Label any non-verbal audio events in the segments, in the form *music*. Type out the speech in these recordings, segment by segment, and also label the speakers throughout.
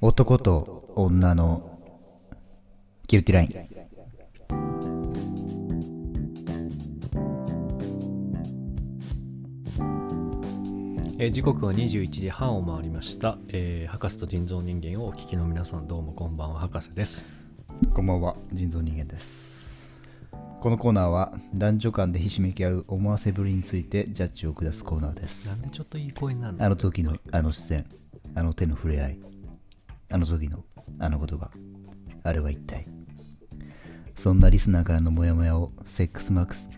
Speaker 1: 男と女のギルティライン。
Speaker 2: えー時刻は21時半を回りました、えー博士と人造人間をお聞きの皆さんどうもこんばんは博士です
Speaker 1: こんばんは、人造人間です。このコーナーは男女間でひしめき合う思わせぶりについてジャッジを下すコーナーで
Speaker 2: な
Speaker 1: す
Speaker 2: ん。でちょっといい声になるの
Speaker 1: あの時のあの視線、あの手の触れ合い、あの時のあの言葉、あれは一体。そんなリスナーからのモヤモヤをセックスマックス、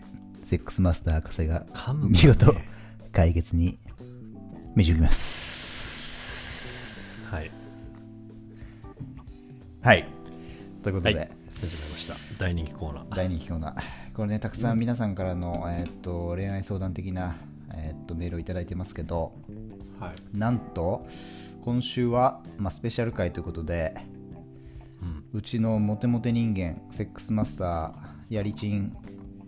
Speaker 1: セックスマスター博士が
Speaker 2: 噛むもんね
Speaker 1: 見事解決に導きます。
Speaker 2: はい
Speaker 1: はい。ということで、
Speaker 2: はい始まりました大人気コーナー
Speaker 1: 第2期コーナー。これね、たくさん皆さんからの、えーっと恋愛相談的な、えーっとメールをいただいてますけど、
Speaker 2: はい、
Speaker 1: なんと今週は、まあ、スペシャル回ということで
Speaker 2: うん、
Speaker 1: うちのモテモテ人間セックスマスターやりちん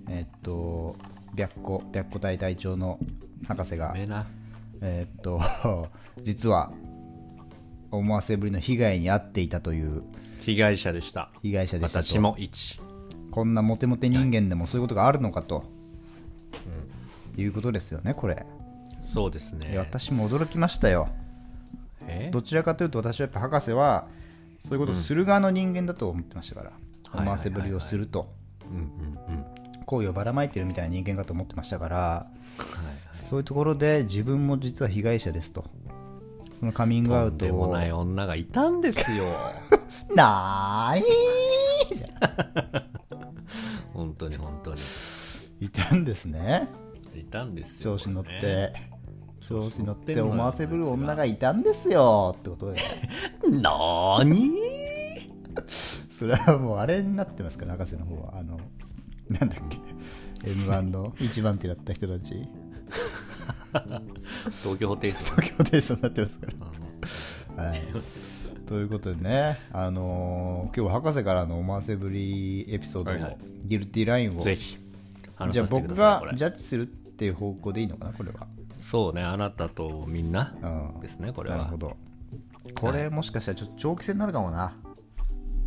Speaker 1: えっと白虎白虎隊隊長の博士が
Speaker 2: めえな
Speaker 1: えっと *laughs* 実は思わせぶりの被害に遭っていたという
Speaker 2: 被害者でした
Speaker 1: 被害者でしたと
Speaker 2: 私も一
Speaker 1: こんなモテモテ人間でもそういうことがあるのかと、いうことですよねこれ、
Speaker 2: そうですね
Speaker 1: いや私も驚きましたよ
Speaker 2: え
Speaker 1: どちらかというと私はやっぱ博士はそういうことをする側の人間だと思ってましたから、
Speaker 2: うん
Speaker 1: 思わせぶりをすると
Speaker 2: うんうんうんは
Speaker 1: 好意をばらまいてるみたいな人間かと思ってましたから
Speaker 2: いはい
Speaker 1: そういうところで自分も実は被害者ですとそのカミングア
Speaker 2: と
Speaker 1: ウ
Speaker 2: ん
Speaker 1: ト
Speaker 2: でも
Speaker 1: を
Speaker 2: ない女がいたんです *laughs* よ
Speaker 1: なーいじゃ
Speaker 2: 本当に本当に
Speaker 1: いたんですね
Speaker 2: いたんです
Speaker 1: 調
Speaker 2: よ
Speaker 1: 子に乗っ
Speaker 2: これね
Speaker 1: て調子に乗っ
Speaker 2: 調子に乗ってん
Speaker 1: て
Speaker 2: のよ
Speaker 1: 思わせぶる女がいたんですよってこと
Speaker 2: *laughs*
Speaker 1: で
Speaker 2: なーに
Speaker 1: *laughs* それはもうあれになってますから博士の方はあのなんだっけ m 1の
Speaker 2: *laughs*
Speaker 1: 一番手だった人たち
Speaker 2: *laughs* 東京ホテイソン
Speaker 1: 東京でそうなってますか
Speaker 2: あの
Speaker 1: ら。
Speaker 2: *laughs*
Speaker 1: はい、ということでね、あのー今日は博士からの思わせぶりエピソード
Speaker 2: はいは
Speaker 1: の
Speaker 2: い
Speaker 1: ギルティラインを、
Speaker 2: ぜひ話
Speaker 1: じゃあ
Speaker 2: させてく
Speaker 1: 僕
Speaker 2: だ
Speaker 1: が
Speaker 2: さいこれ
Speaker 1: ジャッジするっていう方向でいいのかな、これは。
Speaker 2: そうねあなたとみんな
Speaker 1: うん、
Speaker 2: ですねこれ
Speaker 1: なる
Speaker 2: は
Speaker 1: ほど。これもしかしたらちょっと長期戦になるかもな。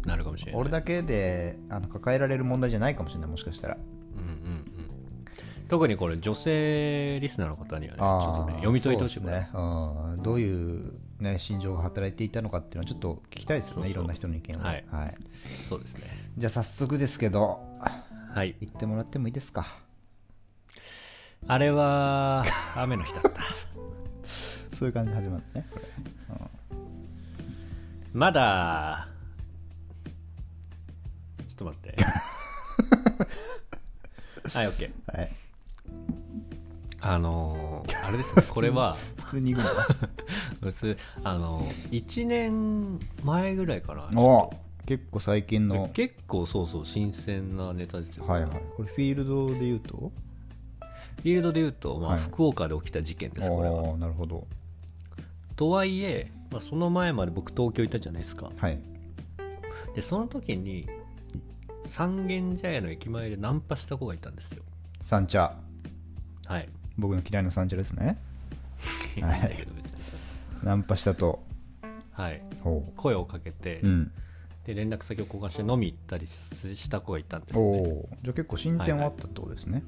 Speaker 2: なるかもしれない
Speaker 1: 俺だけであの抱えられる問題じゃないかもしれない、もしかしたら。
Speaker 2: うんうんうん特にこれ女性リスナーの方にはねちょっ
Speaker 1: あ
Speaker 2: と
Speaker 1: ー
Speaker 2: ね読み解いてほしい
Speaker 1: そう
Speaker 2: こ
Speaker 1: で
Speaker 2: れ、
Speaker 1: すね、うん。どういう、ね、心情が働いていたのかっていうのはちょっと聞きたいですよね、
Speaker 2: そうそう
Speaker 1: いろんな人の意見を、
Speaker 2: はい
Speaker 1: はい。
Speaker 2: そうですね
Speaker 1: じゃあ早速ですけど、
Speaker 2: はい
Speaker 1: 行ってもらってもいいですか
Speaker 2: あれは雨の日だった *laughs*
Speaker 1: そういう感じで始まるね
Speaker 2: まだちょっと待って
Speaker 1: *laughs*
Speaker 2: はい OK
Speaker 1: はい
Speaker 2: あのーあ
Speaker 1: *laughs*
Speaker 2: れですねこれは
Speaker 1: 普通に行く
Speaker 2: 普通あの1年前ぐらいかな
Speaker 1: の
Speaker 2: *laughs*
Speaker 1: お結構最近の
Speaker 2: 結構そうそう新鮮なネタですよ、
Speaker 1: はいはいこれフィールドで言うと
Speaker 2: フィールドでいうと、まあ
Speaker 1: はい
Speaker 2: 福岡で起きた事件ですこれは
Speaker 1: おーなるほど
Speaker 2: とはいえ、まあ、その前まで僕東京いたじゃないですか
Speaker 1: はい
Speaker 2: でその時に三軒茶屋の駅前でナンパした子がいたんですよ
Speaker 1: 三茶
Speaker 2: はい
Speaker 1: 僕の嫌いな三茶ですね
Speaker 2: いいんだけど別にそれ
Speaker 1: ナンパしたと
Speaker 2: はい
Speaker 1: ほ
Speaker 2: 声をかけて、
Speaker 1: ううん
Speaker 2: で連絡先を交換して飲み行ったりすした子がいたんです
Speaker 1: お
Speaker 2: よ、ね、
Speaker 1: おじゃあ結構進展はあったってことですね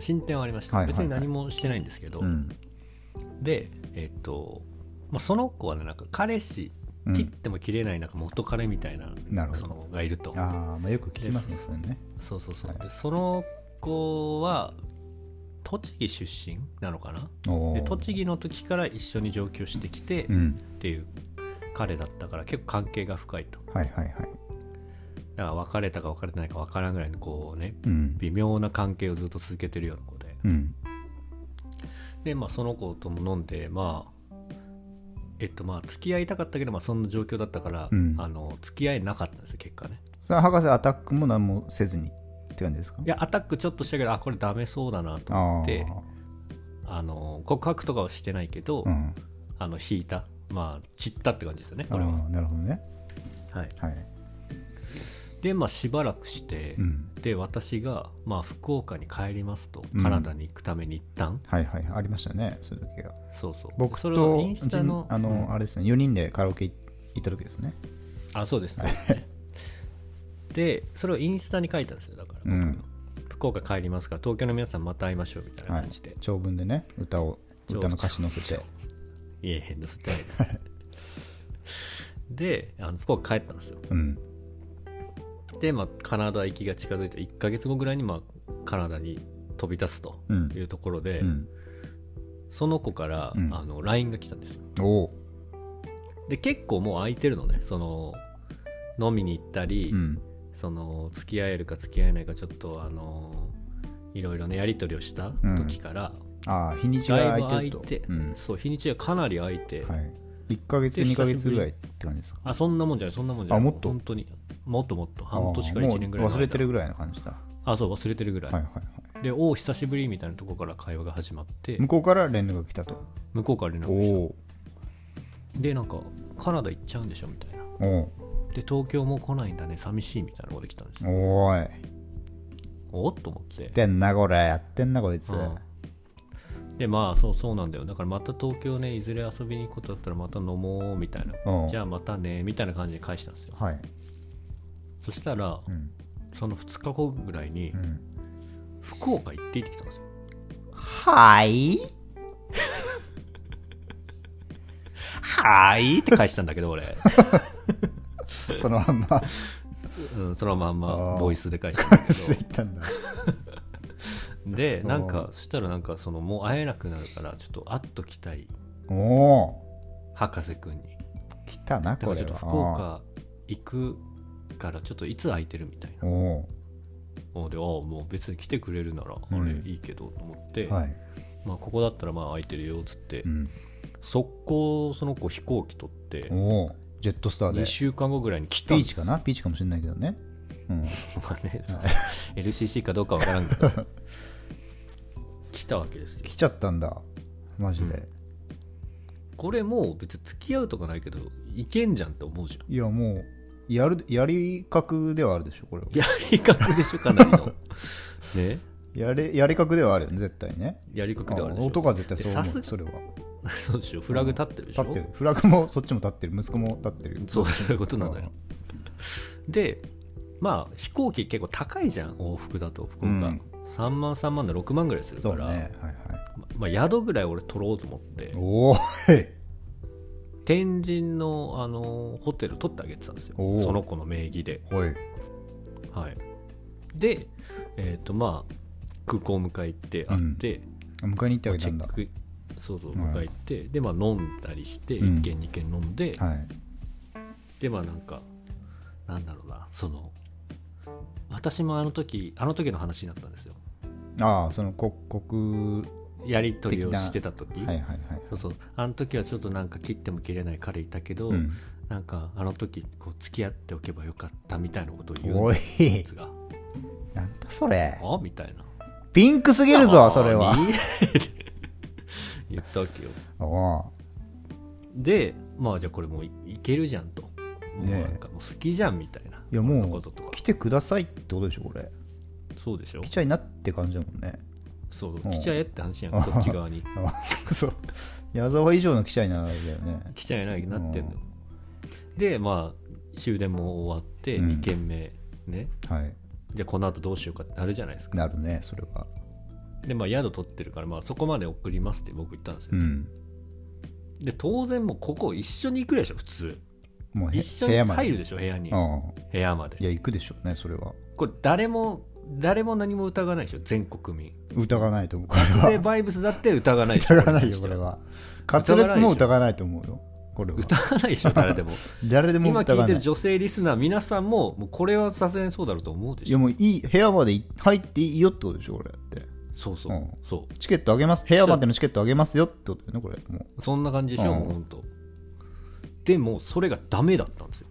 Speaker 2: 進展はありました、
Speaker 1: はいはいはい
Speaker 2: 別に何もしてないんですけど、
Speaker 1: うん
Speaker 2: でえっと、まあ、その子はねなんか彼氏
Speaker 1: うん
Speaker 2: 切っても切れないなんか元彼みたいな
Speaker 1: なるほ
Speaker 2: そ
Speaker 1: ど
Speaker 2: のがいると
Speaker 1: あーまあよく聞きますねそれね
Speaker 2: そうそうそう、
Speaker 1: はい
Speaker 2: でその子は栃木出身なのかな
Speaker 1: お
Speaker 2: で
Speaker 1: ー
Speaker 2: 栃木の時から一緒に上京してきてっ
Speaker 1: うん
Speaker 2: ていう彼だったから結構関係が深いと
Speaker 1: はいはいはい
Speaker 2: だから別れたか別れてないか分からんぐらいのこうね
Speaker 1: うん
Speaker 2: 微妙な関係をずっと続けてるような子で
Speaker 1: うん
Speaker 2: でまあその子とも飲んでまあえっとまあ付き合いたかったけどまあそんな状況だったから、
Speaker 1: うん
Speaker 2: あの付き合えなかったんですよ結果ね
Speaker 1: それは博士アタックも何もせずにって感じですか
Speaker 2: いやアタックちょっとしたけどあこれダメそうだなと思
Speaker 1: あ
Speaker 2: っ
Speaker 1: あ
Speaker 2: てあの告白とかはしてないけど、
Speaker 1: うん
Speaker 2: あの引いたまあ散ったって感じですよね
Speaker 1: あ
Speaker 2: これは、
Speaker 1: ーなるほどね
Speaker 2: はい、
Speaker 1: はい
Speaker 2: でまあしばらくして、
Speaker 1: うん
Speaker 2: で私が、まあ、福岡に帰りますと
Speaker 1: うん
Speaker 2: カナダに行くために一旦、
Speaker 1: はいはいありましたねそういう時が
Speaker 2: そうそう
Speaker 1: 僕
Speaker 2: それは
Speaker 1: と
Speaker 2: インスタの
Speaker 1: じんあの、
Speaker 2: うん
Speaker 1: あれですね4人でカラオケ行っ言った時ですね
Speaker 2: あそうですそうですねでそれをインスタに書いたんですよだから僕
Speaker 1: う
Speaker 2: の、
Speaker 1: ん
Speaker 2: 福岡帰りますから東京の皆さんまた会いましょうみたいな感じで、
Speaker 1: 長文でね歌を
Speaker 2: 長
Speaker 1: 歌の歌詞載せて
Speaker 2: いえ変動してな
Speaker 1: *laughs*
Speaker 2: いですであの福岡帰ったんですよ
Speaker 1: うん
Speaker 2: で、まあ、カナダ行きが近づいて1ヶ月後ぐらいに、まあ、カナダに飛び立つと
Speaker 1: うん
Speaker 2: いうところで、
Speaker 1: うん
Speaker 2: その子から、
Speaker 1: うん
Speaker 2: あの LINE が来たんですよ
Speaker 1: おお
Speaker 2: で結構もう空いてるのねその飲みに行ったり、
Speaker 1: うん
Speaker 2: その付き合えるか付き合えないかちょっとあのいろいろねやり取りをした時から、
Speaker 1: ああ日にちが
Speaker 2: だい
Speaker 1: 空
Speaker 2: ぶ空
Speaker 1: い
Speaker 2: い
Speaker 1: てると
Speaker 2: て、
Speaker 1: うん
Speaker 2: そう日にちがかなり空いて、
Speaker 1: はい、1ヶ月2ヶ月ぐらいって感じですか
Speaker 2: あそんなもんじゃないそんなもんじゃない
Speaker 1: あもっと
Speaker 2: 本当にもっともっと半年から
Speaker 1: ああ
Speaker 2: 1年ぐらい
Speaker 1: も
Speaker 2: の
Speaker 1: う
Speaker 2: 間
Speaker 1: 忘れてるぐらいの感じだは
Speaker 2: あそう忘れてるぐら
Speaker 1: い
Speaker 2: い、
Speaker 1: はいは
Speaker 2: でおお久しぶりみたいなとこから会話が始まって
Speaker 1: い向こうから連絡が来たと
Speaker 2: 向こうから連
Speaker 1: お
Speaker 2: 絡が
Speaker 1: お
Speaker 2: 来たでなんかカナダ行っちゃうんでしょみたいな
Speaker 1: ーお
Speaker 2: で東京も来ないんだね寂しいみたいなことで来たんです
Speaker 1: ー
Speaker 2: よ
Speaker 1: おーい
Speaker 2: おっと思って
Speaker 1: やってんなこれやってんなこいつ
Speaker 2: うんでまあそうそうなんだよだからまた東京ねいずれ遊びに行くことだったらまた飲もうみたいな
Speaker 1: うん
Speaker 2: じゃあまたねみたいな感じで返したんですよ
Speaker 1: はい
Speaker 2: そしたら
Speaker 1: うん
Speaker 2: その2日後ぐらいに
Speaker 1: うん
Speaker 2: 福岡行って行ってきたん
Speaker 1: *laughs*
Speaker 2: ですよ
Speaker 1: はい
Speaker 2: はーいって返したんだけど俺、
Speaker 1: *laughs* そのまんま
Speaker 2: うん、そのまん
Speaker 1: あ
Speaker 2: ま
Speaker 1: ー
Speaker 2: ボイスで返したん
Speaker 1: *laughs*
Speaker 2: だけ
Speaker 1: してい
Speaker 2: ど
Speaker 1: ったんだ
Speaker 2: で
Speaker 1: あー
Speaker 2: なんかそしたらなんかそのもう会えなくなるからちょっと会っときたい
Speaker 1: おお
Speaker 2: 博士くんに
Speaker 1: ー来たな
Speaker 2: だか
Speaker 1: こ
Speaker 2: らち
Speaker 1: れ
Speaker 2: ょっと
Speaker 1: は
Speaker 2: 福岡行くからちょっといつ空いてるみたいな
Speaker 1: おお
Speaker 2: のでああもう別に来てくれるなら
Speaker 1: うん
Speaker 2: あれいいけどと思って、
Speaker 1: ーはい
Speaker 2: まあ、ここだったらまあ空いてるよっつって、
Speaker 1: うん
Speaker 2: 速攻その子飛行機取って
Speaker 1: おおジェットスターで
Speaker 2: 2週間後ぐらいに来た
Speaker 1: ピー
Speaker 2: んです
Speaker 1: チかなピーチかもしれないけどねうん
Speaker 2: まあね、そう LCC かどうかわからんけど *laughs* 来たわけですよ
Speaker 1: 来ちゃったんだマジで、
Speaker 2: これもう別に付き合うとかないけどいけんじゃんって思
Speaker 1: *laughs*
Speaker 2: うじゃん
Speaker 1: いやもうやるやり格ではあるでしょこれは
Speaker 2: やりかくでしょかなり
Speaker 1: *laughs*
Speaker 2: のね
Speaker 1: やれやり格ではあるよね絶対ね
Speaker 2: やりかくではあるでしょ
Speaker 1: 男は絶対そう
Speaker 2: で
Speaker 1: 思
Speaker 2: さ
Speaker 1: う
Speaker 2: す
Speaker 1: それは
Speaker 2: そうでしょフラグ立ってるでし
Speaker 1: 立
Speaker 2: ょ
Speaker 1: ってるフラグもそっちも立ってる息子も立ってる
Speaker 2: そういうことなのよでまあ飛行機結構高いじゃん往復だと福岡、
Speaker 1: うん
Speaker 2: 3万3万で6万ぐらいする
Speaker 1: そ
Speaker 2: か
Speaker 1: うね
Speaker 2: ら、
Speaker 1: はいはい
Speaker 2: ままあ、宿ぐらい俺取ろうと思って
Speaker 1: おーい
Speaker 2: 天神のあのホテル取ってあげてたんですよ
Speaker 1: おー
Speaker 2: その子の名義で
Speaker 1: ほい
Speaker 2: はいでえっ、とまあ空港迎え行って会って、
Speaker 1: あ迎えに行ってあげ
Speaker 2: チ
Speaker 1: たん
Speaker 2: ェ
Speaker 1: だ
Speaker 2: ックそうそう
Speaker 1: うん
Speaker 2: 迎え行って、でまあ飲んだりして
Speaker 1: うん
Speaker 2: 1軒2軒飲んで、
Speaker 1: はい
Speaker 2: でまあなんかなんだろうなその私もあの時あの時の話になったんですよ
Speaker 1: ああその国国
Speaker 2: やり取りを
Speaker 1: 的な
Speaker 2: してた時、
Speaker 1: はいはいはい
Speaker 2: そうそうあの時はちょっとなんか切っても切れない彼いたけど、
Speaker 1: うん
Speaker 2: なんかあの時こう付き合っておけばよかったみたいなことを言う
Speaker 1: お
Speaker 2: ん
Speaker 1: い
Speaker 2: やつが
Speaker 1: なんだそれ
Speaker 2: あみたいな
Speaker 1: ピンクすぎるぞそれは
Speaker 2: 何言ったわけよ
Speaker 1: おー
Speaker 2: でまあじゃあこれもういいけるじゃんともう
Speaker 1: ねえ
Speaker 2: なんかもう好きじゃんみたいない
Speaker 1: や
Speaker 2: こんな
Speaker 1: も
Speaker 2: こ
Speaker 1: う
Speaker 2: ととか
Speaker 1: 来てくださいってことでしょこれ
Speaker 2: そうでしょ
Speaker 1: 来ちゃいなって感じだもんね
Speaker 2: *laughs* そう
Speaker 1: うん
Speaker 2: 来ちゃえって話やんこっち側に
Speaker 1: あそう矢沢以上の記者になるんだよね
Speaker 2: 来ちゃえないなってんのよでまあ終電も終わって
Speaker 1: うん
Speaker 2: 2軒目ね、
Speaker 1: はい
Speaker 2: じゃあこの後どうしようかってなるじゃないですか
Speaker 1: なるねそれは
Speaker 2: でまあ宿取ってるからまあそこまで送りますって僕言ったんですよ、
Speaker 1: うん
Speaker 2: で当然もうここ一緒に行くでしょ普通
Speaker 1: もうへ
Speaker 2: 一緒に
Speaker 1: 部屋まで
Speaker 2: 入るでしょ部屋に
Speaker 1: ああ
Speaker 2: 部屋ま
Speaker 1: い
Speaker 2: で
Speaker 1: や行くでしょうねそれは
Speaker 2: これ誰も誰も何も疑わないでしょ全国民
Speaker 1: 疑わないと思うこれ
Speaker 2: で
Speaker 1: は
Speaker 2: バイブスだって疑わないでしょ
Speaker 1: 疑わないよこれは
Speaker 2: 関
Speaker 1: 滑
Speaker 2: しては
Speaker 1: 舌も疑わないと思うよこれは
Speaker 2: 疑わないでしょ誰でも
Speaker 1: 誰でも
Speaker 2: 今
Speaker 1: 疑
Speaker 2: 聞い
Speaker 1: わ
Speaker 2: て
Speaker 1: な
Speaker 2: る
Speaker 1: い
Speaker 2: 女性リスナー皆さんももうこれはさすがにそうだろうと思うで
Speaker 1: い
Speaker 2: し
Speaker 1: や
Speaker 2: ょ
Speaker 1: もういい部屋まで入っていいよってことでしょこれって
Speaker 2: そうそう、
Speaker 1: うん
Speaker 2: そ
Speaker 1: チケットあげます部屋までのチケットあげますよってことだよねこれもう
Speaker 2: うそんな感じでしょ、
Speaker 1: うん
Speaker 2: もうほんとでもそれがダメだったんですよ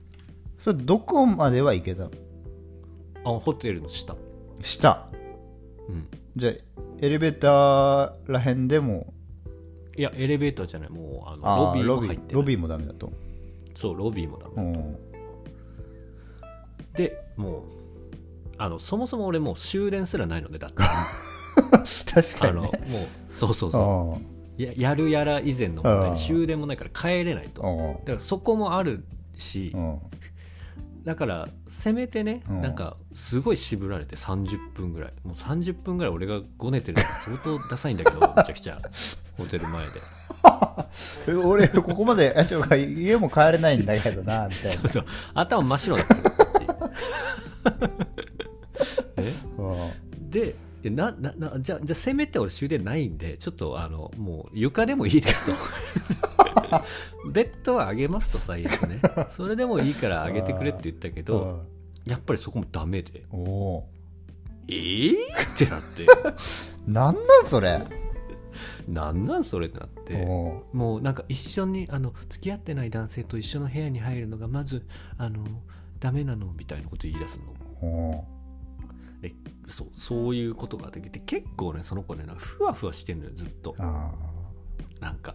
Speaker 1: それどこまでは行けたの
Speaker 2: あホテルの下
Speaker 1: 下
Speaker 2: うん
Speaker 1: じゃあエレベーターらへんでも
Speaker 2: いやエレベーターじゃないもうあの
Speaker 1: あ
Speaker 2: ロビ
Speaker 1: ー
Speaker 2: ー
Speaker 1: ロ
Speaker 2: も
Speaker 1: ビ
Speaker 2: 入っ
Speaker 1: ー
Speaker 2: て
Speaker 1: ロ
Speaker 2: ない
Speaker 1: ビーもダメだと
Speaker 2: そうロビーもダメ
Speaker 1: うん
Speaker 2: でもうあのそもそも俺もう終電すらないのでだ
Speaker 1: *laughs*
Speaker 2: から
Speaker 1: 確か
Speaker 2: あ
Speaker 1: に
Speaker 2: のも
Speaker 1: ね
Speaker 2: うそうそう
Speaker 1: あ
Speaker 2: そうややるやら以前の問題
Speaker 1: あ
Speaker 2: で
Speaker 1: あ
Speaker 2: 終電もないから帰れないと
Speaker 1: あああ
Speaker 2: だからそこもあるし、
Speaker 1: うん
Speaker 2: だからせめてね、
Speaker 1: うん
Speaker 2: なんかすごい渋られて30分ぐらいもう30分ぐらい俺がごねてるのが相当ダサいんだ
Speaker 1: *laughs*
Speaker 2: けどめちゃくちゃホテル前で
Speaker 1: え俺ここまであちょ家も帰れないんだけどなみたい
Speaker 2: *laughs* そうそう頭真っ白だったのこ
Speaker 1: *laughs*
Speaker 2: っちね
Speaker 1: な、うん
Speaker 2: ででなななじゃあじゃあせめて俺終電ないんでちょっとあのもう床でもい
Speaker 1: *laughs*
Speaker 2: いですとベッドはあげますと最悪ねそれでもいいからあげてくれって言ったけどやっぱりそこもダメで
Speaker 1: うん、おお
Speaker 2: えー、ってなって
Speaker 1: なんなんそれ
Speaker 2: なんなんそれってなって
Speaker 1: お
Speaker 2: もうなんか一緒にあの付き合ってない男性と一緒の部屋に入るのがまずあのダメなのみたいなこと言い出すの
Speaker 1: おお
Speaker 2: そうそういうことができて結構ねその子ねなんかふわふわしてんのよずっと
Speaker 1: ーあ
Speaker 2: なんか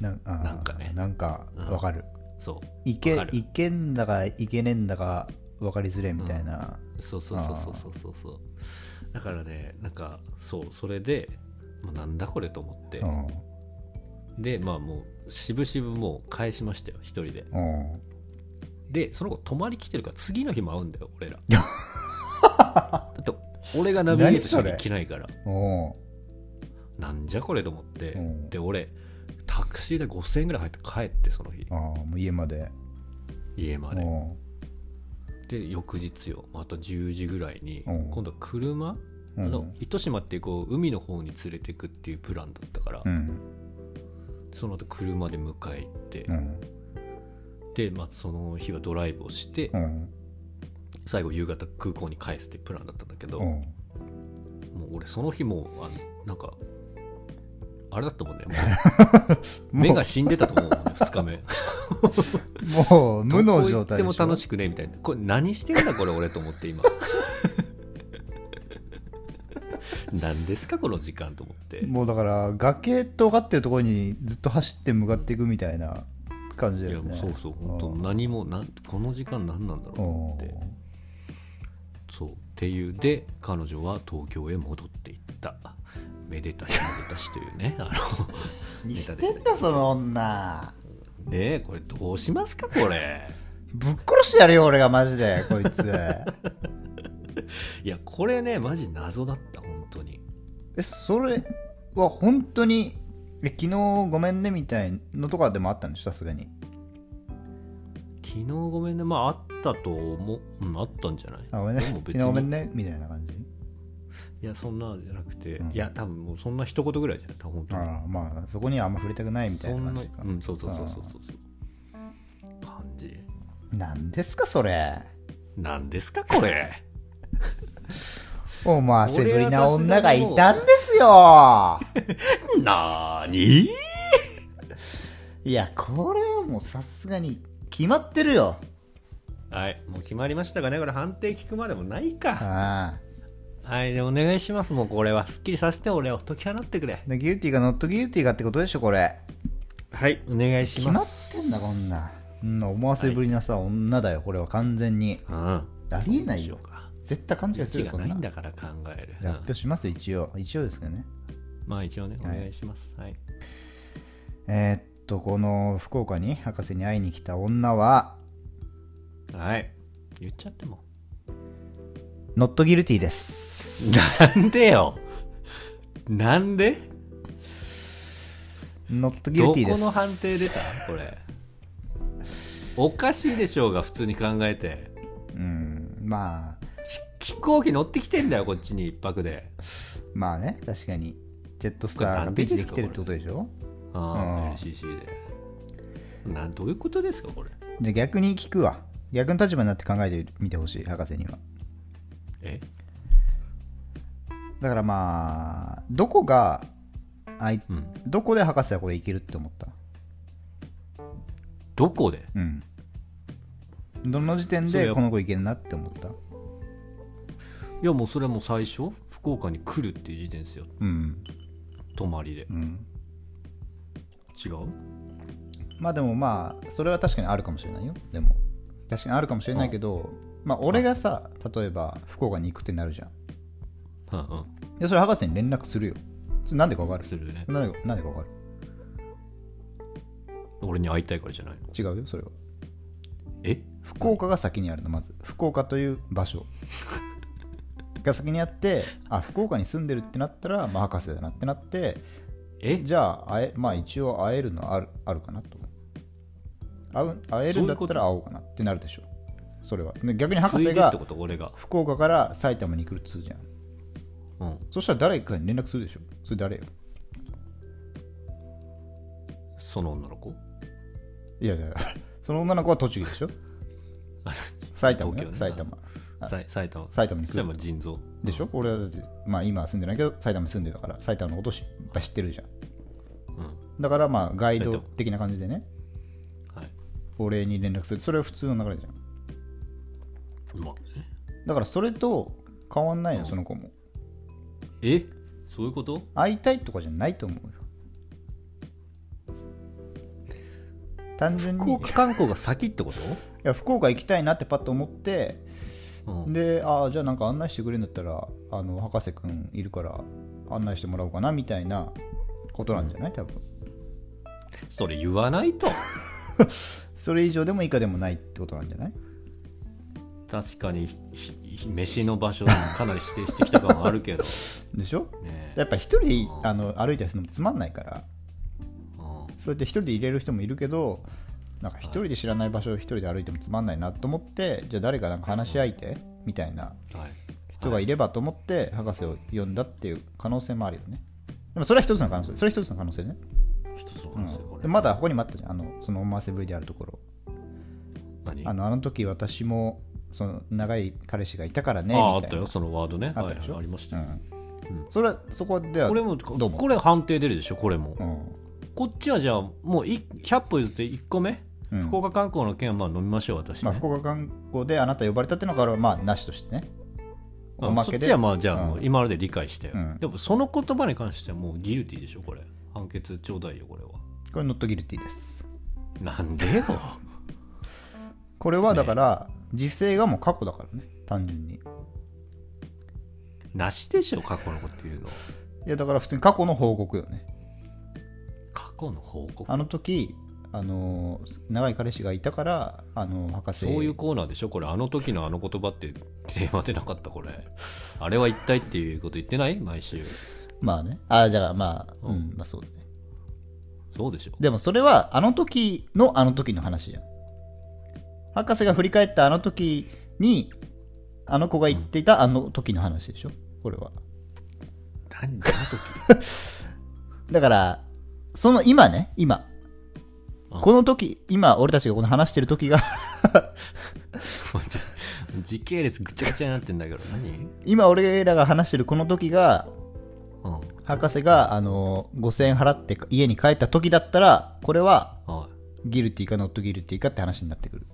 Speaker 1: ーなあー
Speaker 2: なんかね
Speaker 1: なんか
Speaker 2: うん
Speaker 1: わかる、
Speaker 2: そう
Speaker 1: いけ
Speaker 2: わかる
Speaker 1: いけんだかいけねえんだか分かりづれえみたいな、
Speaker 2: そうそうそうそうそうそうそうだからねなんかそうそれで、まあ、なんだこれと思って
Speaker 1: うん
Speaker 2: でまあもう渋々もう返しましたよ一人で
Speaker 1: うん
Speaker 2: でその子泊まり来てるから次の日も会うんだよ
Speaker 1: *laughs*
Speaker 2: 俺らだって俺がナビゲートしなきゃいけないから
Speaker 1: うん
Speaker 2: なんじゃこれと思って、
Speaker 1: うん
Speaker 2: で俺タクシーで5000円ぐらい入って帰ってその日
Speaker 1: ああもう家まで
Speaker 2: 家ま
Speaker 1: う
Speaker 2: で
Speaker 1: ん
Speaker 2: で翌日よまた10時ぐらいに
Speaker 1: うん
Speaker 2: 今度は車、
Speaker 1: うん
Speaker 2: あの糸島ってこう海の方に連れてくっていうプランだったから、
Speaker 1: うん
Speaker 2: その後車で迎え行って、
Speaker 1: うん
Speaker 2: で、まあ、その日はドライブをして、
Speaker 1: うん
Speaker 2: 最後夕方空港に返すっていうプランだったんだけど、
Speaker 1: う
Speaker 2: も
Speaker 1: ん
Speaker 2: う俺その日もうあのなんかあれだった
Speaker 1: *laughs*
Speaker 2: もんねもう目
Speaker 1: も
Speaker 2: が死んでたと思うもんね2日目
Speaker 1: うもう無の状態
Speaker 2: どこ
Speaker 1: で
Speaker 2: 行っ
Speaker 1: してょ
Speaker 2: も楽しくねみたいなこれ何してんだこれ俺と思っ
Speaker 1: *laughs*
Speaker 2: て今何ですかこの時間と思って
Speaker 1: もうだから崖とかっていうところにずっと走って向かっていくみたいな感じ
Speaker 2: い
Speaker 1: だ
Speaker 2: や
Speaker 1: よ
Speaker 2: も
Speaker 1: ね
Speaker 2: うそうそう本当
Speaker 1: うん
Speaker 2: 何もなんこの時間何なんだろうと思って
Speaker 1: う
Speaker 2: そうっていうで彼女は東京へ戻っていっためでたしめでたしというねあ
Speaker 1: ん
Speaker 2: の
Speaker 1: に
Speaker 2: ネ
Speaker 1: し
Speaker 2: タで
Speaker 1: て
Speaker 2: した
Speaker 1: ん
Speaker 2: けど
Speaker 1: だその女
Speaker 2: ねえこれどうしますかこれ
Speaker 1: ぶっ殺してやるよ俺がマジでこい
Speaker 2: *laughs*
Speaker 1: つ
Speaker 2: いやこれねマジ謎だった本当に
Speaker 1: えそれは本当にえ昨日ごめんねみたいのとかでもあったんでしょさすがに
Speaker 2: 昨日ごめんねまああったと思う、うん、あったんじゃない
Speaker 1: あごめんね
Speaker 2: でも
Speaker 1: 昨日
Speaker 2: 別に
Speaker 1: ごめんねみたいな感じ
Speaker 2: いやそんなじゃなくて、
Speaker 1: うん
Speaker 2: いや多分もうそんな一言ぐらいじゃない多分本当に
Speaker 1: ああまあそこにはあんま触れたくないみたい
Speaker 2: そ
Speaker 1: なん感
Speaker 2: な
Speaker 1: じか
Speaker 2: うんそうそうそうそうそうそう感じ
Speaker 1: なんですかそれ
Speaker 2: なんですかこれ
Speaker 1: 思わせぶりな女がいたんですよ
Speaker 2: なーに
Speaker 1: いやこれはもうさすがに決まってるよ
Speaker 2: はいもう決まりましたかねこれ判定聞くまでもないか
Speaker 1: ああ
Speaker 2: はいでお願いしますもうこれはすっきりさせて俺を解き放ってくれ
Speaker 1: でギルティーかノットギルティーかってことでしょこれ
Speaker 2: はいお願いし
Speaker 1: 決
Speaker 2: ま
Speaker 1: まっ
Speaker 2: す
Speaker 1: てんだこんなこんな思わせぶりなさ、女だよこれは完全に
Speaker 2: うん
Speaker 1: ありえないよ
Speaker 2: どうしようか
Speaker 1: 絶対勘違いする
Speaker 2: 位
Speaker 1: よ
Speaker 2: が
Speaker 1: そん
Speaker 2: な
Speaker 1: ない
Speaker 2: ん
Speaker 1: 発
Speaker 2: だから考える、うん
Speaker 1: 表しますよ一応一応ですけどね
Speaker 2: まあ一応ねお
Speaker 1: はい
Speaker 2: 願いしますはい、
Speaker 1: えーっとこの福岡に博士に会いに来た女は
Speaker 2: はい、言っちゃっても
Speaker 1: ノットギルティーです
Speaker 2: なんでよなんで
Speaker 1: ノットギ
Speaker 2: *laughs* ど
Speaker 1: ル
Speaker 2: こ
Speaker 1: ティーです
Speaker 2: の判定出たこれおかしいでしょうが普通に考えて
Speaker 1: うんまあ
Speaker 2: 飛行機乗ってきてんだよこっちに一泊で
Speaker 1: まあね確かにジェットスターがビーチで来てるってことでしょ
Speaker 2: あ
Speaker 1: うん
Speaker 2: あ LCC でなんどういうことですかこれ
Speaker 1: で逆に聞くわ逆の立場になって考えてみてほしい博士には
Speaker 2: え
Speaker 1: だからまあどこがあい
Speaker 2: うん
Speaker 1: どこで博士はこれいけるって思った
Speaker 2: どこで
Speaker 1: うんどの時点
Speaker 2: それ
Speaker 1: で
Speaker 2: は
Speaker 1: この子いけるなって思った
Speaker 2: いやもうそれはもう最初福岡に来るっていう時点ですよ
Speaker 1: うん
Speaker 2: 泊まりで
Speaker 1: うん
Speaker 2: 違う
Speaker 1: まあでもまあそれは確かにあるかもしれないよでも確かにあるかもしれないけどまあ俺がさ例えば福岡に行くってなるじゃん
Speaker 2: うんうん
Speaker 1: でそれ博士に連絡するよそれなんでかわかる
Speaker 2: するね
Speaker 1: なんでなんでかわかる
Speaker 2: 俺に会いたいからじゃないの
Speaker 1: 違うよそれは
Speaker 2: え
Speaker 1: 福岡が先にあるのまず福岡という場
Speaker 2: *laughs*
Speaker 1: 所が先にあってあ福岡に住んでるってなったら、まあ、博士だなってなって
Speaker 2: え
Speaker 1: じゃあ会えまあ一応会えるのあるあるかなと会う会えるんだったら会おうかなってなるでしょそれはで逆に博
Speaker 2: つい
Speaker 1: 士
Speaker 2: でっ
Speaker 1: が
Speaker 2: てこと俺が。
Speaker 1: 福岡から埼玉に来るっつうじゃん
Speaker 2: うん。
Speaker 1: そしたら誰かに連絡するでしょそれ誰よ
Speaker 2: その女の子
Speaker 1: いやいや *laughs* いやその女の子は栃木でしょ
Speaker 2: あ
Speaker 1: *laughs* 埼玉ね
Speaker 2: 東京ね
Speaker 1: 埼玉あ
Speaker 2: さい埼玉。
Speaker 1: 埼玉に来
Speaker 2: 埼
Speaker 1: る
Speaker 2: 玉腎臓。
Speaker 1: でしょ俺はだって、まあ、今は住んでないけど埼玉に住んでたから埼玉のことをいっぱい知ってるじゃん
Speaker 2: うん。
Speaker 1: だからまあガイド
Speaker 2: 埼玉
Speaker 1: 的な感じでね
Speaker 2: はい。
Speaker 1: お礼に連絡するそれは普通の流れじゃん
Speaker 2: まあね。
Speaker 1: だからそれと変わんないよ、
Speaker 2: うん
Speaker 1: その子も
Speaker 2: えそういうこと
Speaker 1: 会いたいとかじゃないと思うよ単純に
Speaker 2: 福岡観光が先ってこ
Speaker 1: いや福岡行きたいなってパッと思って
Speaker 2: とうん。
Speaker 1: でああじゃあなんか案内してくれるんだったらあの博士くんいるから案内してもらおうかなみたいなことなんじゃない多分
Speaker 2: それ言わないと。
Speaker 1: それ以上でも以下でもないってことなんじゃない
Speaker 2: 確かに、ひひ飯の場所にかなり指定してきた感はある
Speaker 1: *laughs*
Speaker 2: けど。
Speaker 1: でしょ
Speaker 2: ねえ
Speaker 1: やっぱ一人でいあの歩いたりするのもつまんないから
Speaker 2: うん
Speaker 1: そうやって一人で入れる人もいるけどなんか一人で知らない場所を一人で歩いてもつまんないなと思ってじゃあ誰かなんか話し相手みたいな
Speaker 2: はい。
Speaker 1: 人がいればと思って博士を呼んだっていう可能性もあるよねでもそれは一つの可能性それは一つの可能性ね、
Speaker 2: 一つの
Speaker 1: うん
Speaker 2: 話だよ、これ。
Speaker 1: でまだここにもあったじゃんあのその思わせぶりであるところ
Speaker 2: 何
Speaker 1: あのあの時私もその長い彼氏がいたからねみ
Speaker 2: あ
Speaker 1: たいな
Speaker 2: ああったよ、そのワードね。
Speaker 1: あ
Speaker 2: は
Speaker 1: った
Speaker 2: い
Speaker 1: で
Speaker 2: は
Speaker 1: しょ
Speaker 2: い、ありまし
Speaker 1: う
Speaker 2: たよ。
Speaker 1: ん
Speaker 2: うん
Speaker 1: それはそこでは
Speaker 2: これも、
Speaker 1: どうも
Speaker 2: これ判定出るでしょ、これも。
Speaker 1: うん
Speaker 2: こっちはじゃあ、もうい100歩譲って1個目、
Speaker 1: うん
Speaker 2: 福岡観光の件はまあ飲みましょう、私、ね。
Speaker 1: まあ、福岡観光であなた呼ばれたってのからまあなしとしてね
Speaker 2: うんそっちはまあじゃあもう
Speaker 1: うん
Speaker 2: 今まで理解して、
Speaker 1: うん
Speaker 2: でもその言葉に関してはもうギルティでしょこれ判決ちょうだいよこれは
Speaker 1: これノットギルティです
Speaker 2: なんで
Speaker 1: *laughs*
Speaker 2: よ
Speaker 1: これはだから、時勢がもう過去だからね単純にい
Speaker 2: なしでしょ過去のこと言うの
Speaker 1: やだから普通に過去の報告よね
Speaker 2: 過去の報告
Speaker 1: あの時あのー長い彼氏がいたからあのー博士
Speaker 2: そういうコーナーでしょこれあの時のあの言葉ってテーマでなかったこれあれは一体っていうこと言ってない毎週
Speaker 1: まあねあだからまあうん、
Speaker 2: うん
Speaker 1: まあそうだね
Speaker 2: そうでしょ
Speaker 1: でもそれはあの時のあの時の話じゃん博士が振り返ったあの時にあの子が言っていたあの時の話でしょこれは
Speaker 2: 何あの時
Speaker 1: だからその今ね今
Speaker 2: うん
Speaker 1: この時今俺たちがこの話してる時が
Speaker 2: もうちょ時系列ぐちゃぐちゃになってんだけど何
Speaker 1: 今俺らが話してるこの時が
Speaker 2: うん
Speaker 1: 博士があの5000円払って家に帰った時だったらこれは
Speaker 2: はい
Speaker 1: ギルティかノットギルティかって話になってくる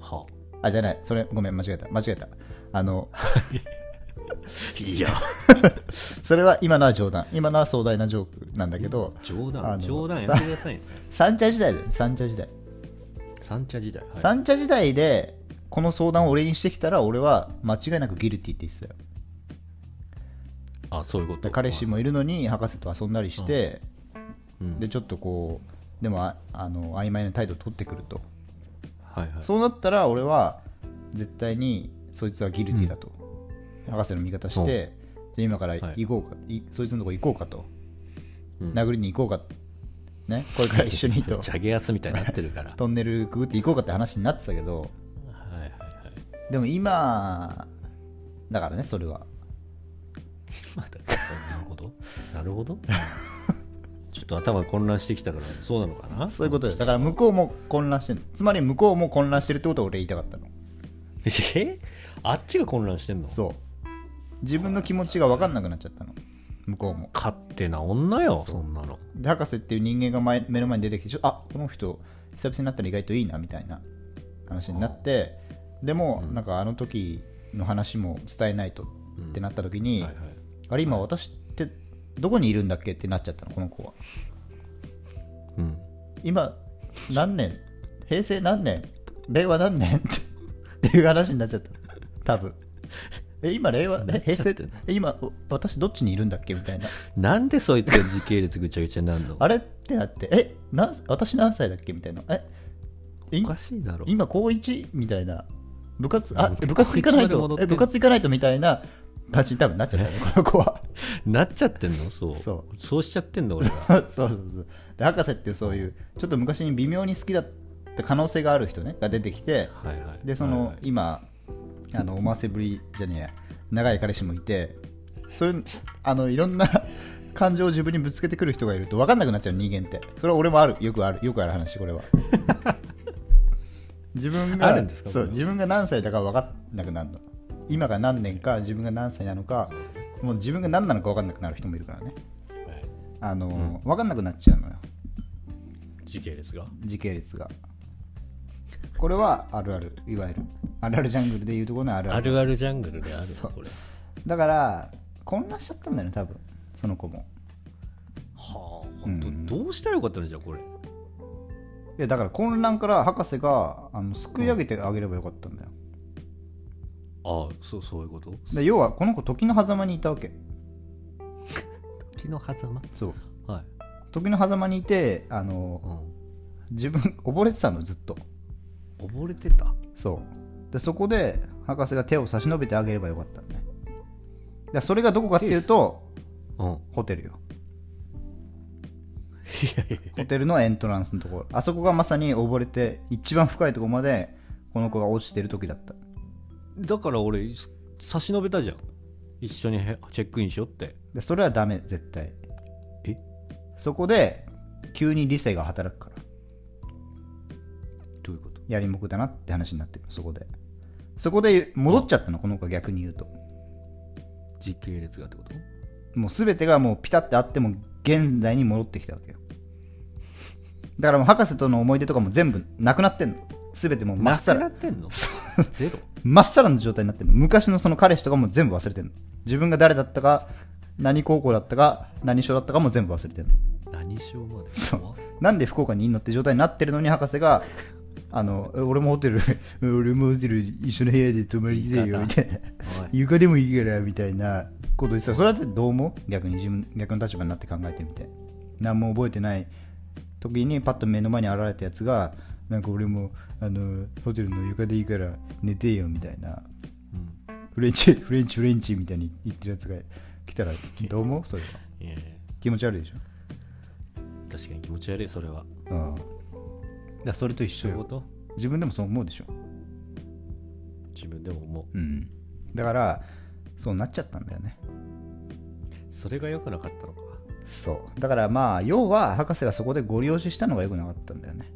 Speaker 2: は
Speaker 1: あじゃないそれごめん間違えた間違えたあの
Speaker 2: いや
Speaker 1: それは今のは冗談今のは壮大なジョークなんだけど
Speaker 2: 冗
Speaker 1: あ
Speaker 2: 談
Speaker 1: の
Speaker 2: 冗談やめてくださいよ
Speaker 1: 三茶時代だよね三茶時代、
Speaker 2: 三茶時代はい
Speaker 1: 三茶時代でこの相談を俺にしてきたら俺は間違いなくギルティって言ってたよ
Speaker 2: あそういうこ
Speaker 1: で
Speaker 2: と
Speaker 1: 彼氏もいるのに博士と遊んだりして、
Speaker 2: うん
Speaker 1: でちょっとこうでもああの曖昧な態度を取ってくると、
Speaker 2: はいはい
Speaker 1: そうなったら俺は絶対にそいつはギルティだと、博士の味方して、じゃあ今から
Speaker 2: はい
Speaker 1: 行こうか、いそいつのとこ行こうかと、
Speaker 2: うん
Speaker 1: 殴りに行こうかねこれから一緒に
Speaker 2: *laughs*
Speaker 1: と
Speaker 2: ジャゲアスみたいになって
Speaker 1: *laughs*
Speaker 2: るから。
Speaker 1: トンネルくぐって行こうかって話になってたけど
Speaker 2: はいはいはい。
Speaker 1: でも今だからねそれは
Speaker 2: まだなるほ
Speaker 1: *laughs*
Speaker 2: ど。なるほど。ちょっと頭混乱してきたから、そうなのかな
Speaker 1: そういうことですだから向こうも混乱してるつまり向こうも混乱してるってことを俺言いたかったの
Speaker 2: えあっちが混乱してんの
Speaker 1: そう自分の気持ちが分かんなくなっちゃったの向こうも
Speaker 2: 勝手な女よ、そんなの。
Speaker 1: で博士っていう人間が前目の前に出てきてちょあこの人久々になったら意外といいなみたいな話になってでも、
Speaker 2: うん
Speaker 1: なんかあの時の話も伝えないと
Speaker 2: うん
Speaker 1: ってなった時に、
Speaker 2: はいはい
Speaker 1: あれ今私ってどこにいるんだっけってなっちゃったのこの子は
Speaker 2: うん。
Speaker 1: 今何年平成何年令和何年 *laughs* ってっていう話になっちゃった多分え今令和え平
Speaker 2: なっちゃっ
Speaker 1: 成
Speaker 2: てる
Speaker 1: え今お私どっちにいるんだっけみたいな
Speaker 2: なんでそいつが時系列ぐちゃぐちゃになるの
Speaker 1: あれってなってえなん私何歳だっけみたいなええ
Speaker 2: おかしいだろう。
Speaker 1: 今高1みたいな部活あ
Speaker 2: うん
Speaker 1: 部活行かない
Speaker 2: 高一まで戻
Speaker 1: と
Speaker 2: って
Speaker 1: え
Speaker 2: る
Speaker 1: 部活行かないとみたいな感じに多分なっちゃったねこの子は *laughs*
Speaker 2: なっちゃってんのそう。
Speaker 1: そ
Speaker 2: そうしちゃってんの俺
Speaker 1: *laughs*
Speaker 2: は。
Speaker 1: そうそうそうで博士っていうそういうちょっと昔に微妙に好きだった可能性がある人ねが出てきて
Speaker 2: はいはい。
Speaker 1: でそ
Speaker 2: は
Speaker 1: の
Speaker 2: い
Speaker 1: 今あの思わせぶりじゃねえや長い彼氏もいてそういうあのいろんな *laughs* 感情を自分にぶつけてくる人がいると分かんなくなっちゃう人間ってそれは俺もあるよくあるよくある話これは *laughs* 自分が
Speaker 2: あるんですか
Speaker 1: そう
Speaker 2: これは
Speaker 1: 自分が何歳だか分かんなくなるの今が何年か自分が何歳なのかもう自分が何なのか分かんなくなる人もいるからね
Speaker 2: はい
Speaker 1: あの、分かんなくなっちゃうのよ
Speaker 2: 時系列が。
Speaker 1: 時系列がこれはあるあるいわゆるあるあるジャングルでいうところのあるあ
Speaker 2: あ
Speaker 1: る
Speaker 2: るあるジャングルである
Speaker 1: そ
Speaker 2: の
Speaker 1: う
Speaker 2: これ。
Speaker 1: だから混乱しちゃったんだよね多分その子も
Speaker 2: はあ、
Speaker 1: うん
Speaker 2: どどうしたらよかったのじゃあこれ。
Speaker 1: いやだから混乱から博士があのすくい上げてあげればよかったんだよ、
Speaker 2: ああ、そうそういうこと
Speaker 1: で要はこの子時の狭間にいたわけ
Speaker 2: 時の狭間
Speaker 1: そう
Speaker 2: はい。
Speaker 1: 時の狭間にいてあの
Speaker 2: うん。
Speaker 1: 自分溺れてたのずっと
Speaker 2: 溺れてた。
Speaker 1: そうでそこで博士が手を差し伸べてあげればよかったんだねだからそれがどこかっていうと
Speaker 2: うん。
Speaker 1: ホテルよ
Speaker 2: いやいや
Speaker 1: ホテルのエントランスのところあそこがまさに溺れて一番深いところまでこの子が落ちてる時だった
Speaker 2: だから俺、す差し伸べたじゃん。一緒にへチェックインしようって。
Speaker 1: でそれはダメ絶対
Speaker 2: え
Speaker 1: そこで急に理性が働くから
Speaker 2: どういうこと
Speaker 1: やりもくだなって話になってるそこでそこで戻っちゃったのこの子は逆に言うと
Speaker 2: 時系列がってこと
Speaker 1: もう全てがもうピタッてあっても現在に戻ってきたわけよだからもう博士との思い出とかも全部なくなってんの全てもうまっ
Speaker 2: な
Speaker 1: さ
Speaker 2: く
Speaker 1: ら
Speaker 2: なってんの
Speaker 1: *laughs*
Speaker 2: ゼロ
Speaker 1: まっさらの状態になってるの昔のその彼氏とかも全部忘れてるの自分が誰だったか何高校だったか何小だったかも全部忘れてるの
Speaker 2: 何しようまで
Speaker 1: そう
Speaker 2: 怖っ
Speaker 1: なんで福岡にいんのって状態になってるのに博士があのえ俺もホテル *laughs* 俺もホテル一緒の部屋で泊まりでよみたいな
Speaker 2: おい
Speaker 1: 床でもいいからみたいなこと言ってたそれだってどう思う逆に自分逆の立場になって考えてみて何も覚えてない時にパッと目の前に現れたやつがなんか俺もあのホテルの床でいいから寝てよみたいな
Speaker 2: うん
Speaker 1: フレンチ、 *laughs* フレンチ、フレンチみたいに言ってるやつが来たら、どう思うそれは。
Speaker 2: いやいや
Speaker 1: 気持ち悪いでしょ。
Speaker 2: 確かに気持ち悪いそれは
Speaker 1: うん。だからそれと一緒
Speaker 2: そういうこ
Speaker 1: よ。
Speaker 2: と
Speaker 1: 自分でもそう思うでしょ。
Speaker 2: 自分でも思
Speaker 1: うん。だから、そうなっちゃったんだよね。
Speaker 2: うそれが良くなかったのか
Speaker 1: そう。だからまあ、要は、博士がそこでご利用ししたのが良くなかったんだよね。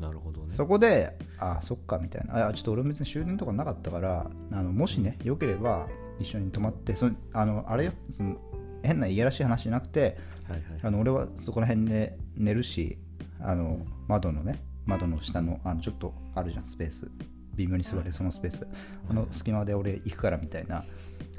Speaker 2: なるほどね
Speaker 1: そこで、あ、そっか、みたいな。あ、ちょっと俺も別に終電とかなかったから、あのもしね、良ければ、一緒に泊まって、そのあの、あれよ、その変ないやらしい話じゃなくて、
Speaker 2: はいはい
Speaker 1: あの俺はそこら辺で寝るしあの窓のね窓の下のあのちょっとあるじゃんスペース微妙に座れそのスペースあの隙間で俺行くからみたいな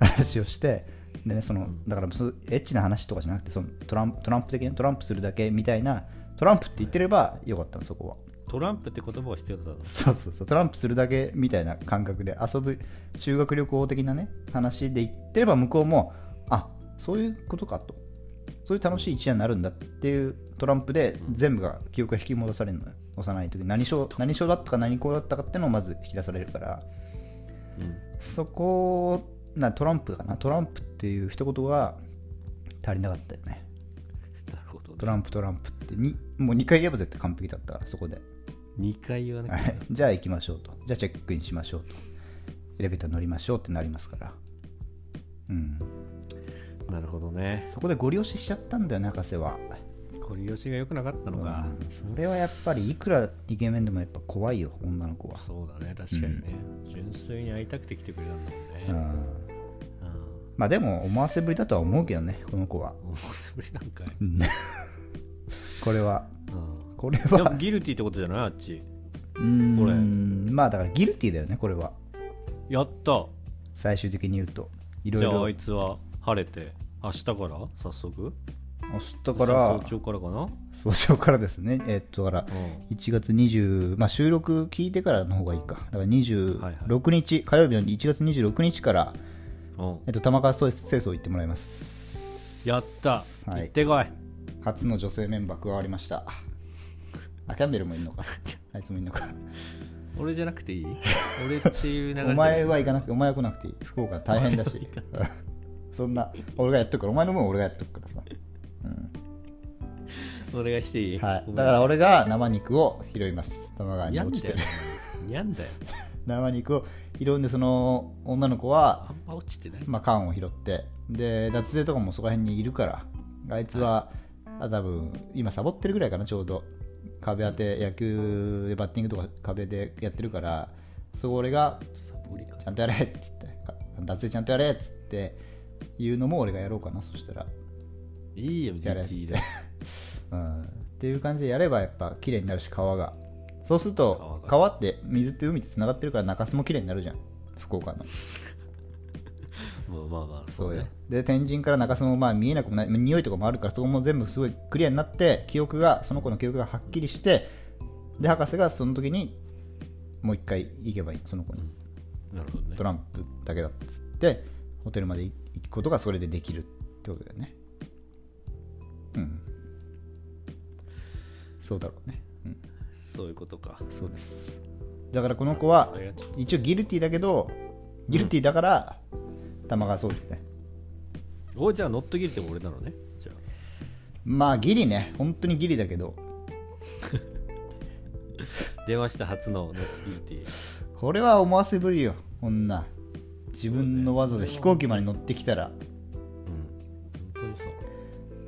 Speaker 1: 話をしてでねそのだからそうエッチな話とかじゃなくてそのトラントランプ的なトランプするだけみたいなトランプって言ってればよかったのそこは
Speaker 2: トランプって言葉は必要だったの
Speaker 1: そうそうそうトランプするだけみたいな感覚で遊ぶ修学旅行的なね話で言ってれば向こうもあそういうことかとそういう楽しい一夜になるんだっていうトランプで全部が記憶が引き戻されるのよ幼い時何章何章だったか何校だったかってのをまず引き出されるから
Speaker 2: うん
Speaker 1: そこなトランプかなトランプっていう一言が足りなかったよね
Speaker 2: なるほど
Speaker 1: トランプトランプってにもう2回言えば絶対完璧だったからそこで
Speaker 2: 2回言わな
Speaker 1: は
Speaker 2: きゃ *laughs*
Speaker 1: いじゃあ行きましょうと。じゃあチェックインしましょうと。エレベーター乗りましょうってなりますから。うん。
Speaker 2: なるほどね
Speaker 1: そこでご利用ししちゃったんだよね、博士は。
Speaker 2: これ吉が良くなかったのか
Speaker 1: うんそれはやっぱり、いくらイケメンでもやっぱ怖いよ、女の子は。
Speaker 2: そうだね確かにね純粋に会いたくて来てくれたんだもん
Speaker 1: う
Speaker 2: ね
Speaker 1: ん。
Speaker 2: うん
Speaker 1: まあでも、思わせぶりだとは思うけどね、この子は。
Speaker 2: 思わせぶりなんかい、
Speaker 1: うん *laughs* これは。 *laughs*
Speaker 2: うん、
Speaker 1: これ
Speaker 2: でも
Speaker 1: は。
Speaker 2: ギルティってことじゃないあっち
Speaker 1: うん
Speaker 2: これ
Speaker 1: まあだから、ギルティだよね、これは。
Speaker 2: やった
Speaker 1: 最終的に言うと。いろい
Speaker 2: じゃああ
Speaker 1: ろ
Speaker 2: い。つは晴れて明日から早速
Speaker 1: だから
Speaker 2: 早朝からかな、
Speaker 1: 早朝からですね。 *laughs* えっと、だから、
Speaker 2: うん、
Speaker 1: 1月20、まあ、収録聞いてからの方がいいか。だから
Speaker 2: はいはい
Speaker 1: 26日、火曜日の1月26日から、
Speaker 2: うん
Speaker 1: えっと、玉川清掃行ってもらいます。
Speaker 2: やった、
Speaker 1: はい
Speaker 2: 行ってこい
Speaker 1: 初の女性メンバー加わりました。あキャンベルもいんの
Speaker 2: *laughs*
Speaker 1: かあいつもいんのか
Speaker 2: 俺じゃなくていい俺っていう流れじゃな
Speaker 1: お
Speaker 2: い
Speaker 1: 前は行かなくてお前は来なくていい福岡大変だしそんな俺がやっとくからお前の分は俺がやっとくからさ、うん
Speaker 2: *laughs* お願いしていい、
Speaker 1: はい
Speaker 2: ご、めん
Speaker 1: だから俺が生肉を拾います玉川に
Speaker 2: やん
Speaker 1: 落ち
Speaker 2: だ
Speaker 1: て
Speaker 2: よ
Speaker 1: る *laughs*
Speaker 2: やんだよ
Speaker 1: 生肉を拾うんでその女の子は
Speaker 2: あんま落ちてない、
Speaker 1: まあ、缶を拾ってで脱税とかもそこら辺にいるからあいつは、あ多分今サボってるぐらいかなちょうど壁当て野球でバッティングとか壁でやってるからそこ俺が
Speaker 2: サボり
Speaker 1: 「
Speaker 2: か
Speaker 1: ちゃんとやれ」っつって「脱税ちゃんとやれ」っつって言うのも俺がやろうかなそしたら、
Speaker 2: いいよ
Speaker 1: やれ
Speaker 2: GT で
Speaker 1: うん、っていう感じでやればやっぱ綺麗になるし川がそうすると
Speaker 2: 川
Speaker 1: 川って水って海ってつながってるから中州も綺麗になるじゃん福岡の
Speaker 2: まあまあまあ
Speaker 1: そ
Speaker 2: そう
Speaker 1: うよ
Speaker 2: ね
Speaker 1: で天神から中洲もまあ見えなくもないまあ匂いとかもあるからそこも全部すごいクリアになって記憶がその子の記憶がはっきりしてで博士がその時にもう一回行けばいいその子に
Speaker 2: なるほどね
Speaker 1: トランプだけだっつってホテルまで行くことがそれでできるってことだよねうんそうだろうね、うん、
Speaker 2: そういうことか
Speaker 1: そうですだからこの子は
Speaker 2: あれがちょっと
Speaker 1: 一応ギルティだけどギルティだから玉川総理ね
Speaker 2: おじゃあノットギリって俺なのねじゃ
Speaker 1: まあギリね本当にギリだけど
Speaker 2: あ出ました初のノットギリティ
Speaker 1: これは思わせぶりよ女自分の技で飛行機まで乗ってきたら
Speaker 2: うん本当に
Speaker 1: *laughs*
Speaker 2: そう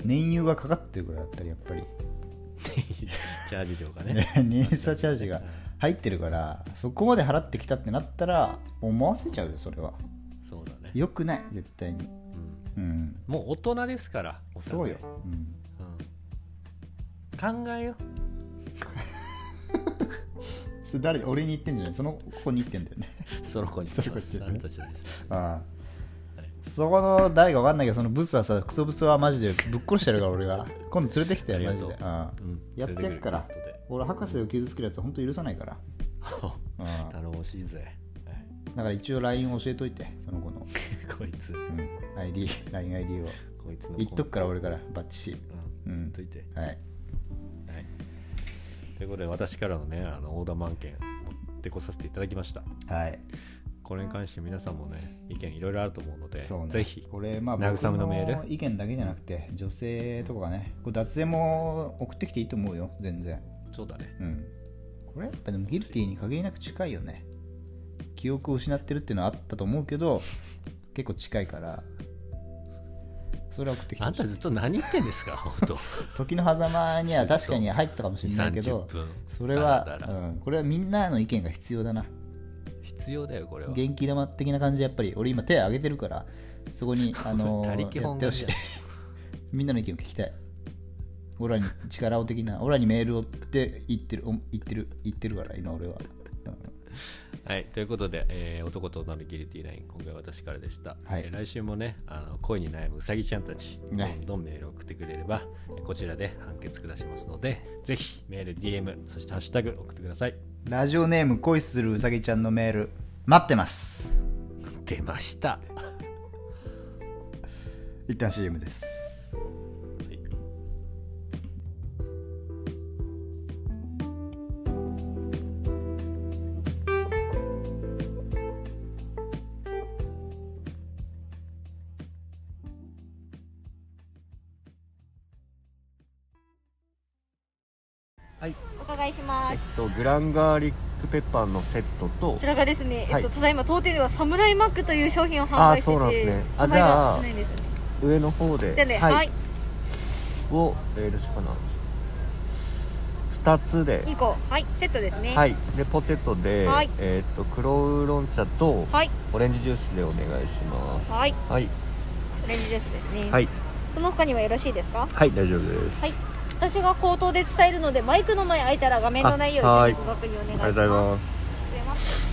Speaker 1: 燃油がかかってるぐらいだったりやっぱり
Speaker 2: チャージ料がね
Speaker 1: *laughs* ね燃油チャージが入ってるからそこまで払ってきたってなったら思わせちゃうよそれは
Speaker 2: そうだね、
Speaker 1: よくない絶対にう
Speaker 2: うん
Speaker 1: ん
Speaker 2: もう大人ですからお互
Speaker 1: そ
Speaker 2: いう
Speaker 1: よ、うん、
Speaker 2: うん、考えよう
Speaker 1: それ誰俺に言ってんじゃないその子に言ってんだよね
Speaker 2: その子に
Speaker 1: その子にね
Speaker 2: あなたじゃないです
Speaker 1: あ
Speaker 2: は
Speaker 1: あそこの誰か分かんないけどそのブスはさクソブスはマジでぶっ殺してやるから俺が今度連れてきて
Speaker 2: あり
Speaker 1: マ
Speaker 2: が
Speaker 1: ジ
Speaker 2: と
Speaker 1: で
Speaker 2: う
Speaker 1: ああ
Speaker 2: うん
Speaker 1: やってやっから
Speaker 2: 連れてくる
Speaker 1: 俺博士を傷つけるやつは本当許さない
Speaker 2: *laughs*
Speaker 1: から
Speaker 2: ゲストで
Speaker 1: うん
Speaker 2: 頼もしいぜ、はい
Speaker 1: だから一応 LINE 教えといてその子の、
Speaker 2: *laughs* こいつ
Speaker 1: うん ID LINEID を
Speaker 2: こいつの
Speaker 1: 言っとくから俺
Speaker 2: が
Speaker 1: からバッチリ
Speaker 2: うん言
Speaker 1: う
Speaker 2: っ
Speaker 1: ん
Speaker 2: といて
Speaker 1: はい
Speaker 2: はいということで私からのねあのオーダー満件持ってこさせていただきました
Speaker 1: はい
Speaker 2: これに関して皆さんもね意見いろいろあると思うので
Speaker 1: そうね
Speaker 2: ぜひ
Speaker 1: これまあ僕
Speaker 2: 慰めのメール
Speaker 1: の意見だけじゃなくて女性とかがねこれ脱税も送ってきていいと思うよ全然
Speaker 2: そうだね
Speaker 1: うんこれやっぱでもギルティに限りなく近いよね記憶を失ってるっていうのはあったと思うけど結構近いからそれは送ってきて
Speaker 2: *laughs* あん
Speaker 1: ほしたい
Speaker 2: ずっと何言ってんですか本
Speaker 1: *laughs*
Speaker 2: 当
Speaker 1: 時の狭間には確かに入ってたかもしれないけ
Speaker 2: 30
Speaker 1: ど
Speaker 2: 分
Speaker 1: それは
Speaker 2: だらだ
Speaker 1: う
Speaker 2: ら
Speaker 1: ん、これはみんなの意見が必要だな
Speaker 2: 必要だよこれは
Speaker 1: 元気玉的な感じでやっぱり俺今手挙げてるからそこ
Speaker 2: *laughs*
Speaker 1: にあの
Speaker 2: 他力
Speaker 1: やっ
Speaker 2: 本
Speaker 1: てほ
Speaker 2: 願じ
Speaker 1: しい
Speaker 2: ゃん
Speaker 1: みんなの意見を聞きたい俺らに力を的な俺らにメールをって言ってるお言ってる言ってるから今俺は、うん
Speaker 2: はい、ということで、えー男と女のギリティライン、今回は私からでした。
Speaker 1: はい
Speaker 2: えー来週もね、あの恋に悩むうさぎちゃんたち、
Speaker 1: ね
Speaker 2: どんどんメールを送ってくれれば、えーこちらで判決下しますので、ぜひメール、DM、そしてハッシュタグ送ってください。
Speaker 1: ラジオネーム恋するうさぎちゃんのメール待ってます
Speaker 2: 出ました。
Speaker 1: 一旦 CM です
Speaker 3: お伺いします、
Speaker 4: えっと、グランガーリックペッパーのセットと
Speaker 3: こちらがですね、
Speaker 4: はい
Speaker 3: えっと、ただいま当店ではサムライマックという商品を販売してて
Speaker 4: あーそうなんですねあ
Speaker 3: 名前が
Speaker 4: じゃあ
Speaker 3: 少ないんですね
Speaker 4: 上の方で
Speaker 3: じゃあねはい、
Speaker 4: はい、を、えーよろしいかな2つで
Speaker 3: 2個はいセットですね
Speaker 4: はいでポテトで、
Speaker 3: はい
Speaker 4: えーっと黒ウーロン茶と
Speaker 3: はい
Speaker 4: オレンジジュースでお願いします
Speaker 3: はい
Speaker 4: はい
Speaker 3: オレンジジュースですね
Speaker 4: はい
Speaker 3: その他にはよろしいですか
Speaker 4: はい大丈夫です、
Speaker 3: はい私が口頭で伝えるのでマイクの前開いたら画面の内容を一緒にご確認お願いします
Speaker 4: ありがとうございます
Speaker 3: ありがとうございます